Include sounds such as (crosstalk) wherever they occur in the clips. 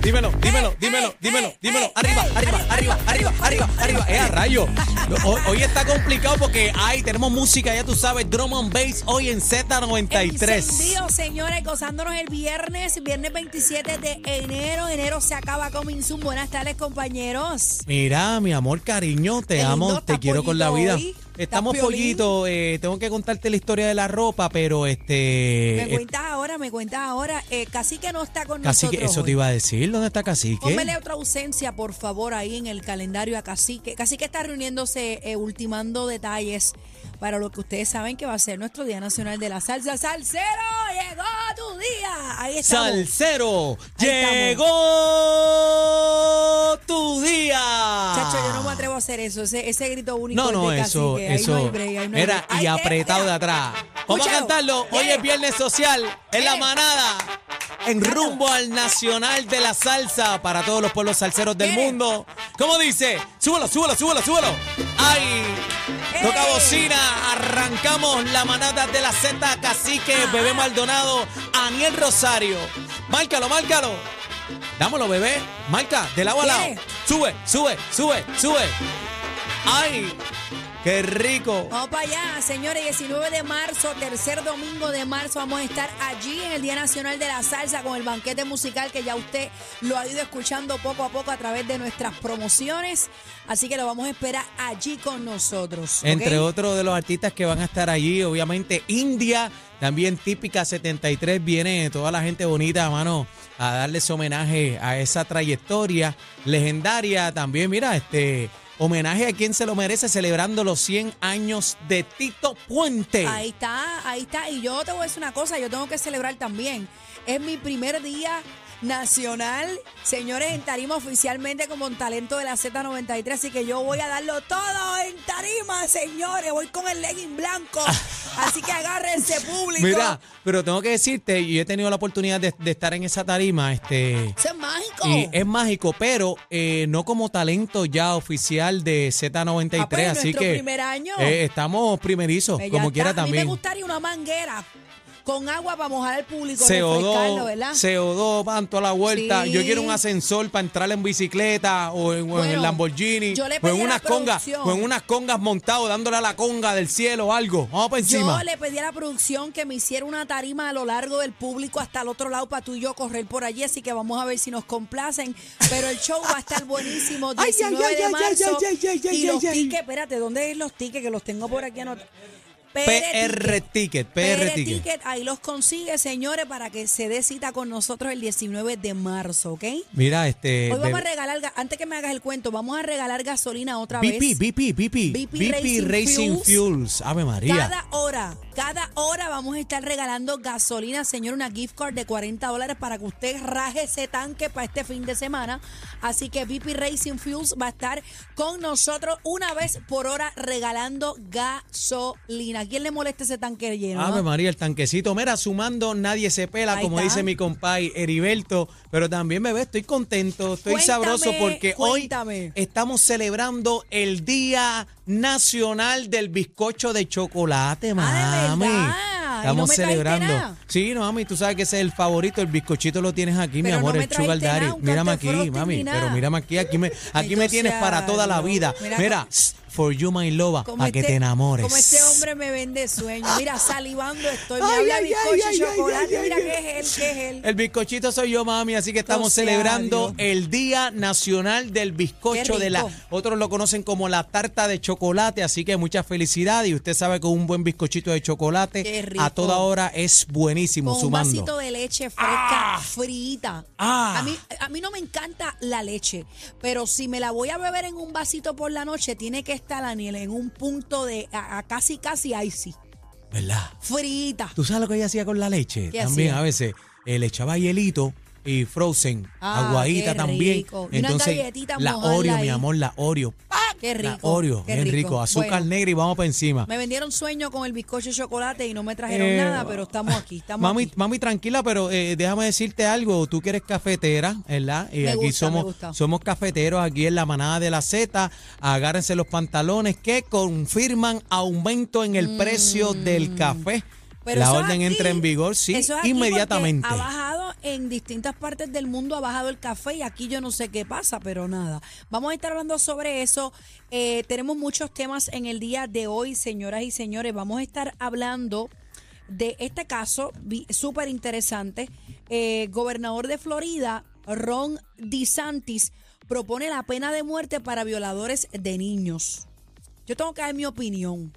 dímelo, Eh, dímelo, dímelo, dímelo, dímelo. Arriba, arriba, arriba, arriba, arriba, arriba. ¡Eh, a rayo! Hoy, hoy está complicado porque ahí tenemos música, ya tú sabes, drum and bass hoy en Z93. Encendido, señores, gozándonos el viernes, viernes 27 de enero. Enero se acaba Coming Soon. Buenas tardes, compañeros. Mira, mi amor, cariño, te Qué amo, lindo, te estás quiero con la pollito vida. hoy, Estamos estás piolín. pollitos, eh, tengo que contarte la historia de la ropa, pero Me este... eh, cuentas ahora, me cuentas ahora. Eh, Cacique no está con Cacique, nosotros. eso te hoy. Pues iba a decir, ¿dónde está Pónmele Cacique? otra ausencia, por favor, ahí en el calendario a Cacique. Cacique está reuniéndose, eh, ultimando detalles para lo que ustedes saben que va a ser nuestro Día Nacional de la Salsa. ¡Salsero! ¡Llegó tu día! Ahí está. Salsero, Ahí estamos. llegó tu día. Chacho, yo no me atrevo a hacer eso, ese, ese grito único. No, es no, de eso, cacique. Ahí eso. no hay break, ahí no hay Mira, break. Ay, y eh, apretado de mira. (laughs) atrás. Vamos a Escúchalo. cantarlo. Hoy Yeah. es Viernes Social en la Yeah. manada. En Cántalo. rumbo al Nacional de la Salsa para todos los pueblos salseros del Viene. mundo. ¿Cómo dice? Súbelo, súbelo, súbelo, súbelo. ¡Ay! Toca Ey. bocina, arrancamos la manada de la Z, Cacique, Bebé Maldonado, Aniel Rosario. Márcalo, márcalo. Dámelo, bebé. Marca, de lado a lado. Viene. Sube, sube, sube, sube. ¡Ay! ¡Qué rico! Vamos para allá, señores, 19 de marzo, tercer domingo de marzo, vamos a estar allí en el Día Nacional de la Salsa con el banquete musical que ya usted lo ha ido escuchando poco a poco a través de nuestras promociones, así que lo vamos a esperar allí con nosotros. ¿ok? Entre otros de los artistas que van a estar allí, obviamente India, también típica 73, viene toda la gente bonita, mano, a darles homenaje a esa trayectoria legendaria. También, mira, este homenaje a quien se lo merece, celebrando los 100 años de Tito Puente. Ahí está, ahí está. Y yo te voy a decir una cosa, yo tengo que celebrar también. Es mi primer día nacional, señores, en tarima oficialmente como un talento de la Z93, así que yo voy a darlo todo en tarima, señores. Voy con el legging blanco, (laughs) así que agárrense público. Mira, pero tengo que decirte, y he tenido la oportunidad de, de estar en esa tarima, este... Eso es mágico. Y es mágico, pero eh, no como talento ya oficial de Z93, Ah, pues, así nuestro que primer año. eh, estamos primerizos, Pues ya como está. quiera A mí me también. gustaría una manguera con agua para mojar al público, refrescarlo, CO2, ¿verdad? CO2, van toda la vuelta. Sí. Yo quiero un ascensor para entrar en bicicleta o en, o en Bueno, el Lamborghini yo le o pedí en a la unas congas, producción. o en unas congas montado dándole a la conga del cielo o algo. Vamos para encima. Yo le pedí a la producción que me hiciera una tarima a lo largo del público hasta el otro lado para tú y yo correr por allí, así que vamos a ver si nos complacen. Pero el show va a estar buenísimo, (laughs) Ay, ay, 19 ay, de ay, marzo. ay, ay, ay, Y ay, los ay, ay. tickets, espérate, ¿dónde es los tickets? Que los tengo por aquí anotados. PR ticket, PR ticket. ahí los consigue, señores, para que se dé cita con nosotros el 19 de marzo, ¿ok? Mira, este. Hoy vamos a bebé- regalar, ga- antes que me hagas el cuento, vamos a regalar gasolina otra BP, vez. BP, BP, BP BP Racing Racing Fuels. Ave María. Cada hora, cada hora vamos a estar regalando gasolina, señor, una gift card de 40 dólares para que usted raje ese tanque para este fin de semana. Así que VP Racing Fuels va a estar con nosotros una vez por hora regalando gasolina. ¿A ¿Quién le molesta ese tanque lleno? ah? Ave María, el tanquecito. Mira, sumando, nadie se pela, Ahí como está. dice mi compay Heriberto. Pero también, bebé, estoy contento, estoy Cuéntame, sabroso porque hoy cuéntame. estamos celebrando el Día Nacional del Bizcocho de Chocolate, Ah, mami. ¿de verdad? ¿Y Estamos no me trajiste celebrando. nada? Sí, no, mami, tú sabes que ese es el favorito. El bizcochito lo tienes aquí, mi Pero no amor, el me sugar trajiste daddy. nada, un mírame cante aquí, frutti mami. ni Pero nada. mírame aquí, aquí me, aquí Ay, me yo tienes sea, para toda la no. vida. Mira, Mira, for you, my loba, Como para que este- te enamores. Como este hombre me vende sueño. Mira, salivando estoy. Me Ay, habla ay, de ay, bizcocho ay, y chocolate. ay, ay, Mira ay. que es él, que es él. El bizcochito soy yo, mami, así que estamos O sea, celebrando Dios. el Día Nacional del Bizcocho Qué de la rico. otros lo conocen como la tarta de chocolate, así que mucha felicidad y usted sabe que un buen bizcochito de Qué chocolate rico. a toda hora es buenísimo con sumando. un vasito de leche fresca, frita. Ah. A, mí, a mí no me encanta la leche, pero si me la voy a beber en un vasito por la noche, tiene que estar, Daniel, en un punto de a, a casi, casi icy. ¿Verdad? Frita. ¿Tú sabes lo que ella hacía con la leche? ¿Qué También hacía? a veces eh, le echaba hielito y frozen, Ah, aguadita qué también. rico. Y unas Entonces, galletitas la mojarla Oreo, ahí. mi amor, la Oreo. Ah, Qué rico. La Oreo, qué bien rico. azúcar Bueno, negra y vamos para encima. Me vendieron sueño con el bizcocho de chocolate y no me trajeron Eh, nada, pero estamos aquí. Estamos Mami, aquí. mami, tranquila, pero eh, déjame decirte algo. Tú que eres cafetera, ¿verdad? Y Me aquí gusta, somos, me gusta. somos cafeteros aquí en la manada de la Z. Agárrense los pantalones que confirman aumento en el precio del café. Pero la Mm. eso es orden aquí, entra en vigor, sí, eso es aquí porque inmediatamente. Ha bajado en distintas partes del mundo ha bajado el café y aquí yo no sé qué pasa, pero nada. Vamos a estar hablando sobre eso. Eh, tenemos muchos temas en el día de hoy, señoras y señores. Vamos a estar hablando de este caso vi- súper interesante. Eh, gobernador de Florida, Ron DeSantis, propone la pena de muerte para violadores de niños. Yo tengo que dar mi opinión,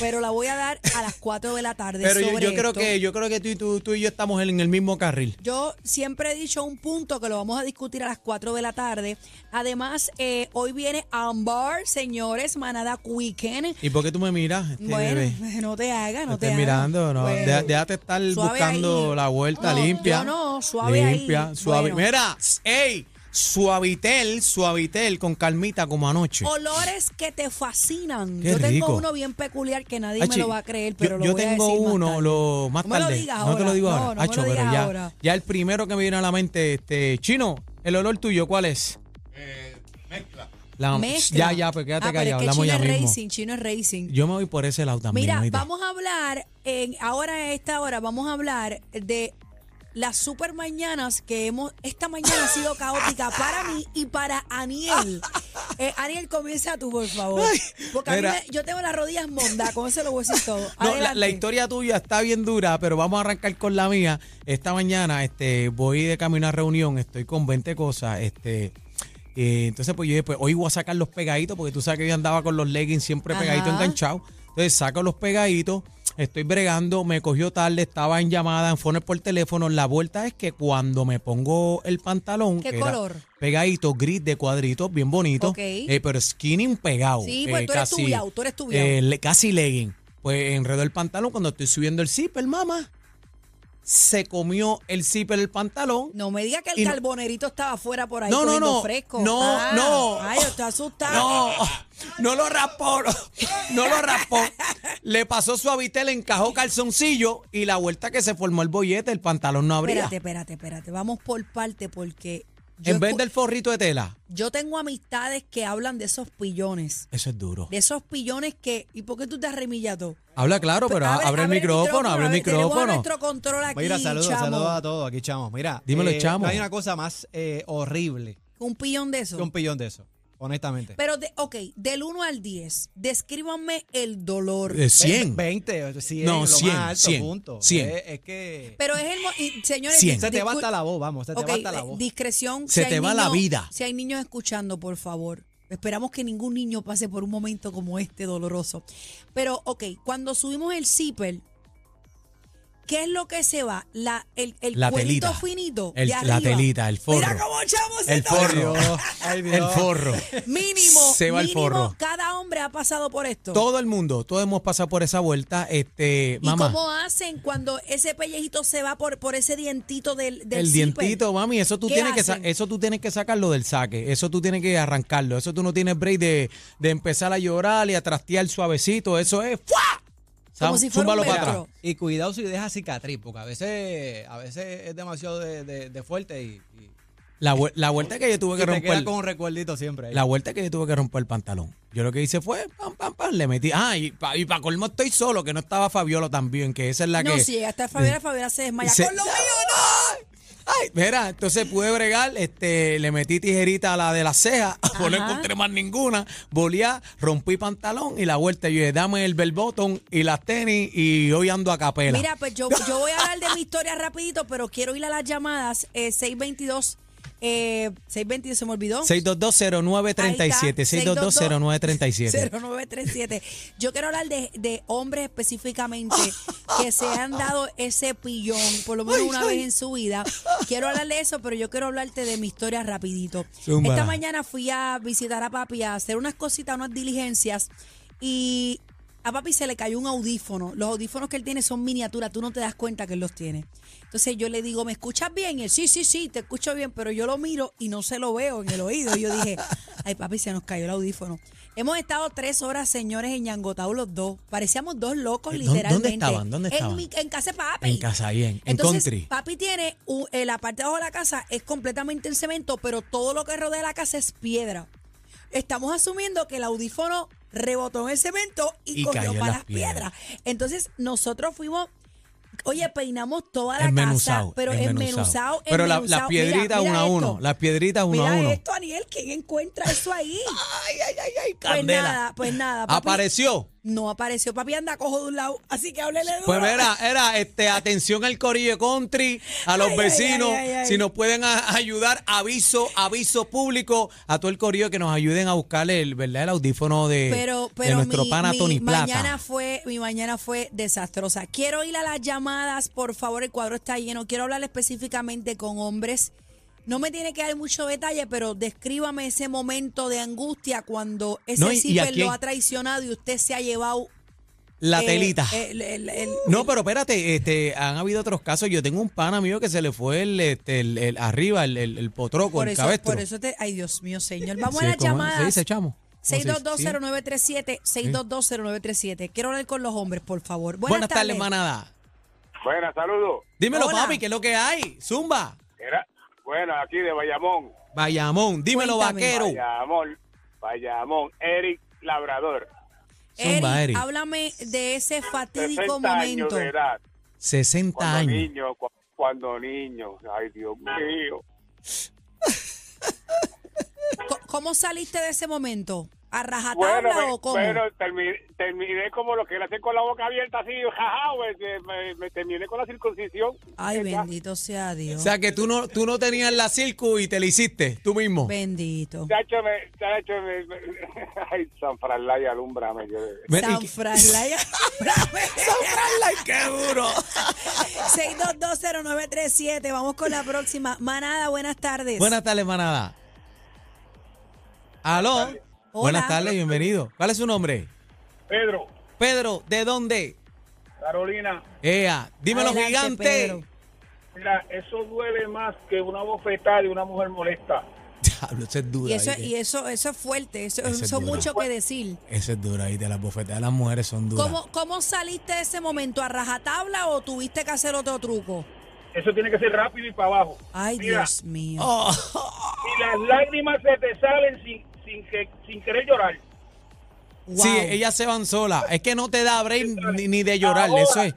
pero la voy a dar a las 4 de la tarde. Pero yo, sobre yo creo esto. que, yo creo que tú, y tú- tú y yo estamos en el mismo carril. Yo siempre he dicho un punto que lo vamos a discutir a las 4 de la tarde. Además, eh, hoy viene Ambar, señores, Manada Weekend. ¿Y por qué tú me miras? este Bueno, bebé? (laughs) no te hagas, No no te estés hagas. mirando, no. Bueno. Deja- déjate estar Suave buscando ahí. la vuelta No, limpia. yo no, suave ahí. Limpia, suave. Bueno. Mira, ey, suavitel, suavitel con calmita como anoche. Olores que te fascinan. Qué yo tengo rico. uno bien peculiar que nadie me Achi, lo va a creer, yo- pero lo yo voy a tengo decir más uno tarde. lo más No me lo tarde. digas no te ahora. lo digo No, ahora. no me lo Acho, digas pero ya, ahora. ya el primero que me viene a la mente, este chino, el olor tuyo, ¿cuál es? La Mezcla. Ya, ya, pues quédate Ah, pero es callado, que hablamos chino ya es mismo. racing, chino es racing. Yo me voy por ese lado también. Mira, ¿oíste? vamos a hablar, en, ahora a esta hora, vamos a hablar de las super mañanas que hemos, esta mañana ha (laughs) sido caótica para mí y para Aniel. Eh, Aniel, comienza tú, por favor. Porque a mí mira. me- yo tengo las rodillas mondas, con eso lo voy a decir todo. No, la, Adelante. la historia tuya está bien dura, pero vamos a arrancar con la mía. Esta mañana este, voy de camino a reunión, estoy con 20 cosas. Este, eh, entonces, pues yo dije, pues, hoy voy a sacar los pegaditos, porque tú sabes que yo andaba con los leggings siempre Ajá. pegaditos enganchados. Entonces, saco los pegaditos, estoy bregando, me cogió tarde, estaba en llamada, en phone por teléfono. La vuelta es que cuando me pongo el pantalón. ¿Qué que era color? Pegadito, gris de cuadritos, bien bonito. Ok. eh, pero skinning pegado. Sí, pues eh, tú eres casi, tubiao, tú eres tubiao. eh, le- casi legging. Pues enredó el pantalón cuando estoy subiendo el zipper, mamá. Se comió el zipper el pantalón. No me diga que el Y no- carbonerito estaba afuera por ahí No, no, comiendo no. fresco. No, Ah, no. Ay, yo estoy asustada. No, no lo raspó, no, no lo raspó. Le pasó su le encajó calzoncillo y la vuelta que se formó el bollete, el pantalón no abría. Espérate, espérate, espérate. Vamos por parte porque yo, en vez escu- del forrito de tela. yo tengo amistades que hablan de esos pillones. Eso es duro. De esos pillones que... ¿y por qué tú te has remillado? Habla claro, pero abre, el micrófono, abre el Tenemos a micrófono. nuestro control aquí, Mira, saludos, chamo. saludos a todos. Aquí chamos. Mira, Dímelo, eh, chamo. No hay una cosa más eh, horrible Un pillón de esos. que un pillón de eso, honestamente. Pero, de, ok, del 1 al 10, descríbanme el dolor. De 100. 20, 100, No, lo 100, más alto, 100, punto. 100. Eh, Es, que Pero es el... mo- y, señores, Cien. se te discul- va hasta la voz, vamos, se te Ok, va hasta la eh, voz. discreción. Se hay te va la niños- vida. Si hay niños escuchando, por favor. Esperamos que ningún niño pase por un momento como este doloroso. Pero, ok, cuando subimos el zipper, ¿qué es lo que se va? La, el el La cuerito telita. finito El- de la arriba. telita, el forro. Mira cómo chamo se El está- Ay, forro. Dios, ay, Dios. El forro. Mínimo, Se va el mínimo, forro. cada hombre ha pasado por esto. Todo el mundo, todos hemos pasado por esa vuelta. Este, ¿Y mamá. cómo hacen cuando ese pellejito se va por, por ese dientito del, del el zipper? dientito, mami, eso tú ¿Qué tienes que sa- hacen? eso tú tienes que sacarlo del saque, eso tú tienes que arrancarlo, eso tú no tienes break de, de empezar a llorar y a trastear suavecito, eso es ¡fua! Como Sam, si fuera un zúmbalo para metro. atrás. Y cuidado si deja cicatriz, porque a veces, a veces es demasiado de, de- de fuerte y, y- La, vue- la vuelta que yo tuve y que te romper, queda con un recuerdito siempre. ahí. la vuelta que yo tuve que romper el pantalón. Yo lo que hice fue pam pam pam le metí, ah, y para y pa colmo estoy solo, que no estaba Fabiolo también, que esa es la No, que si llegaste a Fabiola, Fabiola se desmaya. Se- ¡Con lo mío, Ay, mira, entonces pude bregar, este, le metí tijerita a la de la ceja, (laughs) pues no Ajá. encontré más ninguna, volía, rompí pantalón y la vuelta, yo dije, dame el bell bottom y las tenis y hoy ando a capela. Mira, pues yo, yo voy a hablar de mi historia rapidito, pero quiero ir a las llamadas. Eh, 622, eh, 622 se me olvidó. 6220937, 6220937. 0937. Yo quiero hablar de, de hombres específicamente que se han dado ese pillón, por lo menos una vez en su vida. Quiero hablar de eso, pero yo quiero hablarte de mi historia rapidito. Zúmbala. Esta mañana fui a visitar a papi a hacer unas cositas, unas diligencias y a papi se le cayó un audífono. Los audífonos que él tiene son miniaturas, tú no te das cuenta que él los tiene. Entonces yo le digo, ¿me escuchas bien? Y él, sí, sí, sí, te escucho bien, pero yo lo miro y no se lo veo en el oído. Y yo (laughs) dije, ay papi, se nos cayó el audífono. Hemos estado tres horas, señores, en Yangotau los dos. Parecíamos dos locos, Eh, ¿Dó- dónde literalmente. estaban? ¿Dónde estaban? En, mi- en casa de papi. En casa ahí, en, en Entonces, country. papi tiene u- eh, la parte de abajo de la casa es completamente en cemento, pero todo lo que rodea la casa es piedra. Estamos asumiendo que el audífono rebotó en el cemento y, Y cogió cayó en para las las piedras. Entonces, nosotros fuimos Oye, peinamos toda la casa, Enmenuzado, pero enmenuzado. enmenuzado, Pero la- las enmenuzado. Mira, piedritas mira uno a uno, esto. las piedritas uno a Mira uno. esto, Aniel, ¿quién encuentra (laughs) eso ahí? Ay, ay, ay, ay, pues candela. nada, pues nada. papi. Apareció. No apareció, papi anda cojo de un lado, así que háblele duro. Pues mira, era este, atención al corillo country, a los Ay, ay, vecinos, ay, ay, ay. si nos pueden a- ayudar, aviso, aviso público a todo el corillo que nos ayuden a buscar el, ¿verdad? el audífono de, pero, Eh, de pero nuestro mi, pana mi Tony Plata. mañana fue mi mañana fue desastrosa quiero ir a las llamadas por favor el cuadro está lleno quiero hablar específicamente con hombres no me tiene que dar mucho detalle pero descríbame ese momento de angustia cuando ese No, y- y a ciber quién- lo ha traicionado y usted se ha llevado La eh, telita. el- el- el- no, pero espérate, este, han habido otros casos. Yo tengo un pana mío que se le fue el, este, el, el- arriba, el, el, el potroco, por el eso cabestro. por eso te, ay Dios mío señor vamos Sí, a las ¿cómo es? Se llamadas dice, chamo. ¿Cómo se dice? 6220937 6220937 quiero hablar con los hombres por favor Buenas, tardes, manada. Buenas, saludos. Dímelo, Hola. papi, ¿qué es lo que hay? Zumba. Era, bueno, aquí de Bayamón. Bayamón, dímelo, Cuéntame. vaquero. Bayamón, Bayamón, Eric Labrador. Zumba, Eric, Eric. háblame de ese fatídico 60 años momento. de edad. 60 Cuando años. niño, cu- cuando niño. Ay, Dios mío. Co- ¿Cómo saliste de ese momento? ¿A Bueno, rajatabla me- o cómo? bueno, terminé, terminé como lo que le hacen con la boca abierta, así, jaja, pues, eh, me, me terminé con la circuncisión. Ay, Esa- bendito sea O Dios. sea que tú no, tú no tenías la circu y te la hiciste tú mismo. Bendito. Chacho, me, chacho, me, (laughs) me- ay, San Franlay, alumbrame. Yo, de- Ven, y San que- Fran, la- Sanfranlay, qué (laughs) duro. 6220937. Vamos con la próxima. Manada, buenas tardes. Buenas tardes, manada. Aló. Buenas tardes, bienvenido. ¿Cuál es su nombre? Pedro, Pedro, ¿de dónde? Carolina, Ea, dímelo, Adelante, gigante. Pedro. mira, eso duele más que una bofetada de una mujer molesta. Diablo, eso es duro. Y eso, ahí, y eso, eso es fuerte, eso, Eso es eso es duro. mucho que decir. Eso es duro ahí, de las bofetadas de las mujeres son duras. ¿Cómo, ¿Cómo saliste de ese momento? ¿A rajatabla o tuviste que hacer otro truco? Eso tiene que ser rápido y para abajo. Ay, Mira, Dios mío. Oh, Y las lágrimas se te salen sin, sin, que, sin querer llorar. Wow. Sí, ellas se van solas. Es que no te da break ni, ni de llorar. Ahora, Eso es.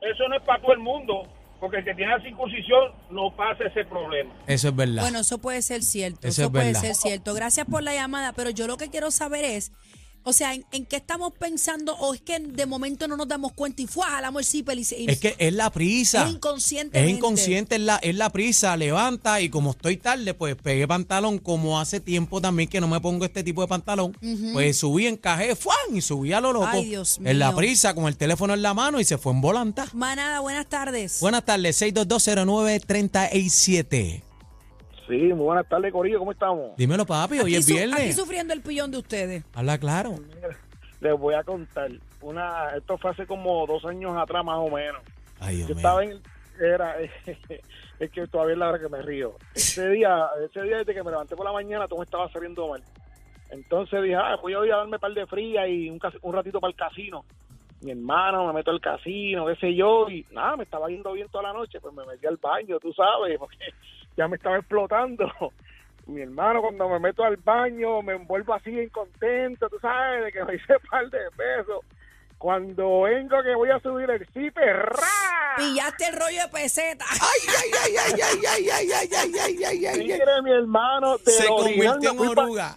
Eso no es para todo el mundo, porque el que tiene la circuncisión no pasa ese problema. Eso es verdad. Bueno, eso puede ser cierto. Eso Eso, es puede verdad. ser cierto. Gracias por la llamada, pero yo lo que quiero saber es, o sea, ¿en, en qué estamos pensando? ¿O es que de momento no nos damos cuenta y fue, jalamos el zipper y, se- y es que es la prisa. es inconscientemente? Es inconsciente, es la, es la prisa, levanta y como estoy tarde, pues pegué pantalón, como hace tiempo también que no me pongo este tipo de pantalón, pues subí, encajé, ¡fuan! y subí a lo loco. Ay, Dios En la mío. prisa, con el teléfono en la mano y se fue en volanta. Manada, buenas tardes. Buenas tardes, 6220937. Sí, muy buenas tardes, Corillo, ¿cómo estamos? Dímelo, papi, hoy Aquí es su- Aquí viernes. sufriendo el pillón de ustedes. Habla claro. Les voy a contar. una Esto fue hace como dos años atrás, más o menos. Ay, Dios Yo mío. estaba en. Era, (laughs) es que todavía es la hora que me río. Ese día, ese día desde que me levanté por la mañana, todo me estaba saliendo mal. Entonces dije, ah, pues yo voy a darme un par de fría y un, cas- un ratito para el casino. Mi hermano, me meto al casino, qué sé yo, y nada, me estaba yendo bien toda la noche, pues me metí al baño, tú sabes, (laughs) porque ya me estaba explotando. (laughs) Mi hermano, cuando me meto al baño, me envuelvo así bien contento, tú sabes, de que me hice (laughs) par de pesos. Cuando vengo que voy a subir el zipper, ¡ra! Pillaste el rollo de peseta. Tigre, mi hermano, de Se convierte en fui pa- oruga.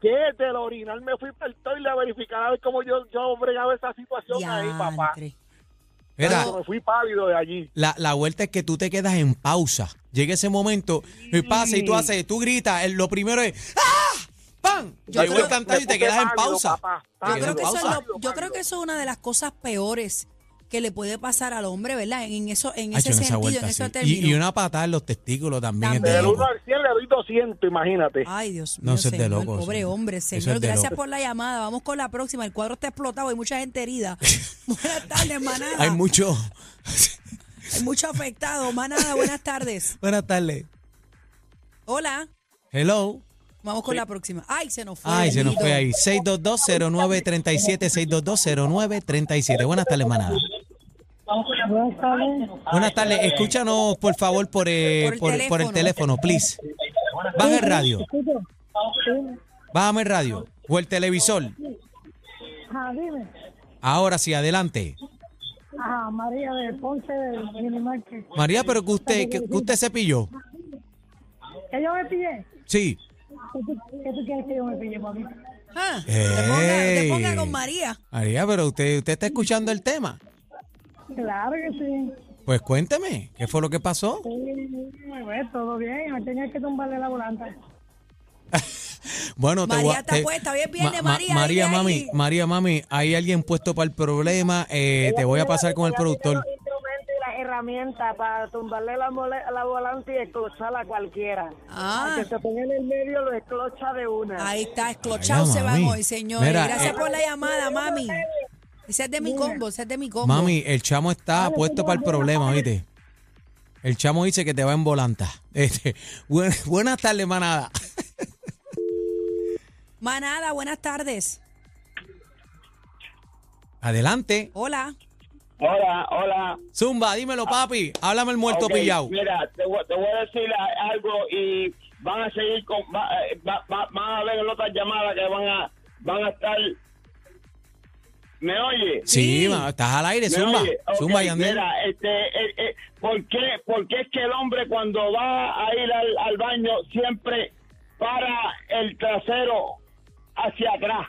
¿Qué? Del original me fui para el toile a verificar a ver cómo yo, yo bregaba esa situación ahí, papá. Diantre. Mira, Cuando me fui pálido de allí. La, la vuelta es que tú te quedas en pausa. Llega ese momento, y pasa y tú haces, tú gritas, eh, lo primero es ¡Ah! ¡Pam! Yo Llegó creo- el cantar y te Me puse quedas en pálido, pausa. papá. Te Yo quedas creo, en que eso es pausa. lo- yo creo que eso es una de las cosas peores que le puede pasar al hombre, ¿verdad? En, en eso, en Hacho, ese en esa sentido, vuelta, en ese sí. y, término. y una patada en los testículos también. es de También. Del loco. 1 al 100 le doy 200, (laughs) imagínate. Ay, Dios mío, No, eso es de señor, loco, pobre eso. hombre, Eso es señor, de gracias loco. por la llamada. Vamos con la próxima, el cuadro está explotado, hay mucha gente (laughs) herida. buenas tardes, manada. Hay mucho. Hay mucho afectado, manada, buenas tardes. Buenas tardes. Hola, Hello. vamos con la próxima. Ay, se nos fue. Ay, se nos bendito. fue ahí. 6220937, 6220937. Buenas tardes, manada. Buenas tardes. Buenas tardes. Escúchanos, por favor, por, eh, Por el por- por el teléfono, teléfono. please. Baja el radio. Bájame el radio o el televisor. Ajá, Ah, dime. Ahora sí, adelante. Ajá, María de Ponce del Minimarket. María, pero que usted, que, que usted se pilló. ¿Que yo me pillé? Sí. ¿Qué tú, qué tú quieres que yo me pille, papi? Ah, Eh. te, ponga, te Ey. ponga con María. María, pero usted, usted está escuchando el tema. Claro que sí. Pues cuénteme, ¿qué fue lo que pasó? Sí, me ve Pues, todo bien. Me tenía que tumbarle la volanta. Bueno, te María voy a- está te- puesta, hoy es viernes, María, María, dile ahí. mami, María, mami, hay alguien puesto para el problema. eh, te voy a pasar con el productor. Los instrumentos y las herramientas para tumbarle la, mole- la volante y esclocharla a cualquiera. Ah. Al Que se ponga en el medio lo esclocha de una. Ahí está, esclochados se van mami. hoy, señores. Mira, Gracias eh, por la llamada, mami. Ese es de mi combo, ese es de mi combo. Mami, el chamo está puesto para el problema, ¿viste? El chamo dice que te va en volanta. (laughs) Este, buen- buenas tardes, manada. Manada, buenas tardes. Adelante. Hola. Hola, hola. Zumba, dímelo, papi. Háblame el muerto Ok, pillado. Mira, te, voy- te voy a decir a- algo y van a seguir con. va- eh, va- va- van a ver otras llamadas que van a, van a estar. ¿Me oye? Sí, Sí. ma, estás al aire, ¿Me Zumba. oye? Ok, Zumba, Yandel. Mira, este, eh, eh, ¿por, qué, por qué es que el hombre cuando va a ir al, al baño siempre para el trasero hacia atrás?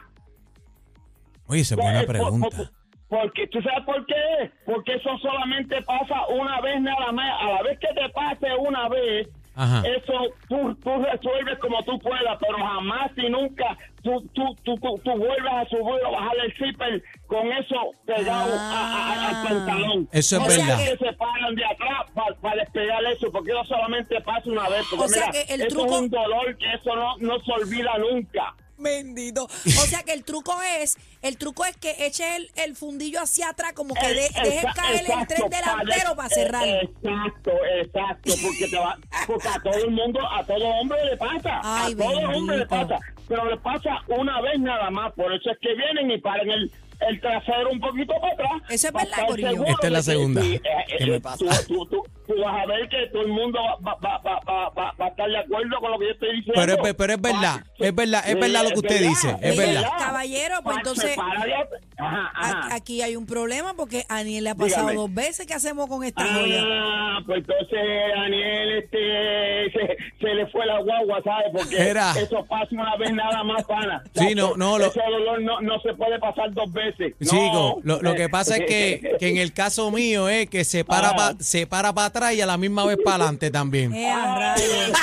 Oye, esa es buena Eh, por- pregunta. por- porque tú sabes por qué, es? porque eso solamente pasa una vez nada más. A la vez que te pase una vez, Ajá. eso tú, tú resuelves como tú puedas, pero jamás y nunca tú, tú, tú, tú, tú vuelves a subir o bajar el zipper con eso pegado a- a- a- Ah. al pantalón. Eso es O sea verdad. que se paran de atrás para despegar eso, porque eso solamente pasa una vez. porque O sea mira, que el eso truco- es un dolor que eso no, no se olvida nunca. Bendito. O sea que el truco es, el truco es que eche el, el fundillo hacia atrás, como que de- Exa- deje caer el exacto, E-, tren delantero para cerrar. Exacto, exacto, porque, te va, porque a todo el mundo, a todo hombre le pasa, Ay, a todo hombre le bendito. pasa, pero le pasa una vez nada más, por eso es que vienen y paran el, el trasero un poquito para atrás. Eso es para verdad, estar Corillo. seguro Esta es la de que- segunda. sí, eh, eh, ¿Qué me tú- pasa? Tú, tú- tú vas a ver que todo el mundo va, va- va- va- va- va a estar de acuerdo con lo que yo estoy diciendo. Pero es ve- pero es pues, verdad, Va- es verdad, es Sí, verdad lo que usted dice, es Mire, verdad. caballero, pues, Va, se entonces- para de at- Ajá, A- ajá. aquí hay un problema porque a Aniel le ha pasado Dígame. dos veces. ¿Qué hacemos con esta joya? Ah, pues entonces Daniel este, se, se le fue la guagua, ¿sabes? Porque Era. eso pasa una vez nada más, pana. Sí, no, no, lo- Ese dolor no, no se puede pasar dos veces. No. Chico, lo, lo que pasa es que, que en el caso mío es que se para Ah. pa- se para para atrás y a la misma vez para adelante también. Eh, a Ah. rayos.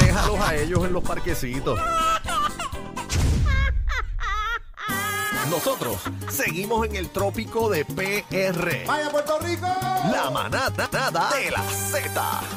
Déjalos a ellos en los parquecitos. Nosotros seguimos en el trópico de PR. ¡Vaya Puerto Rico! La manada de la Z.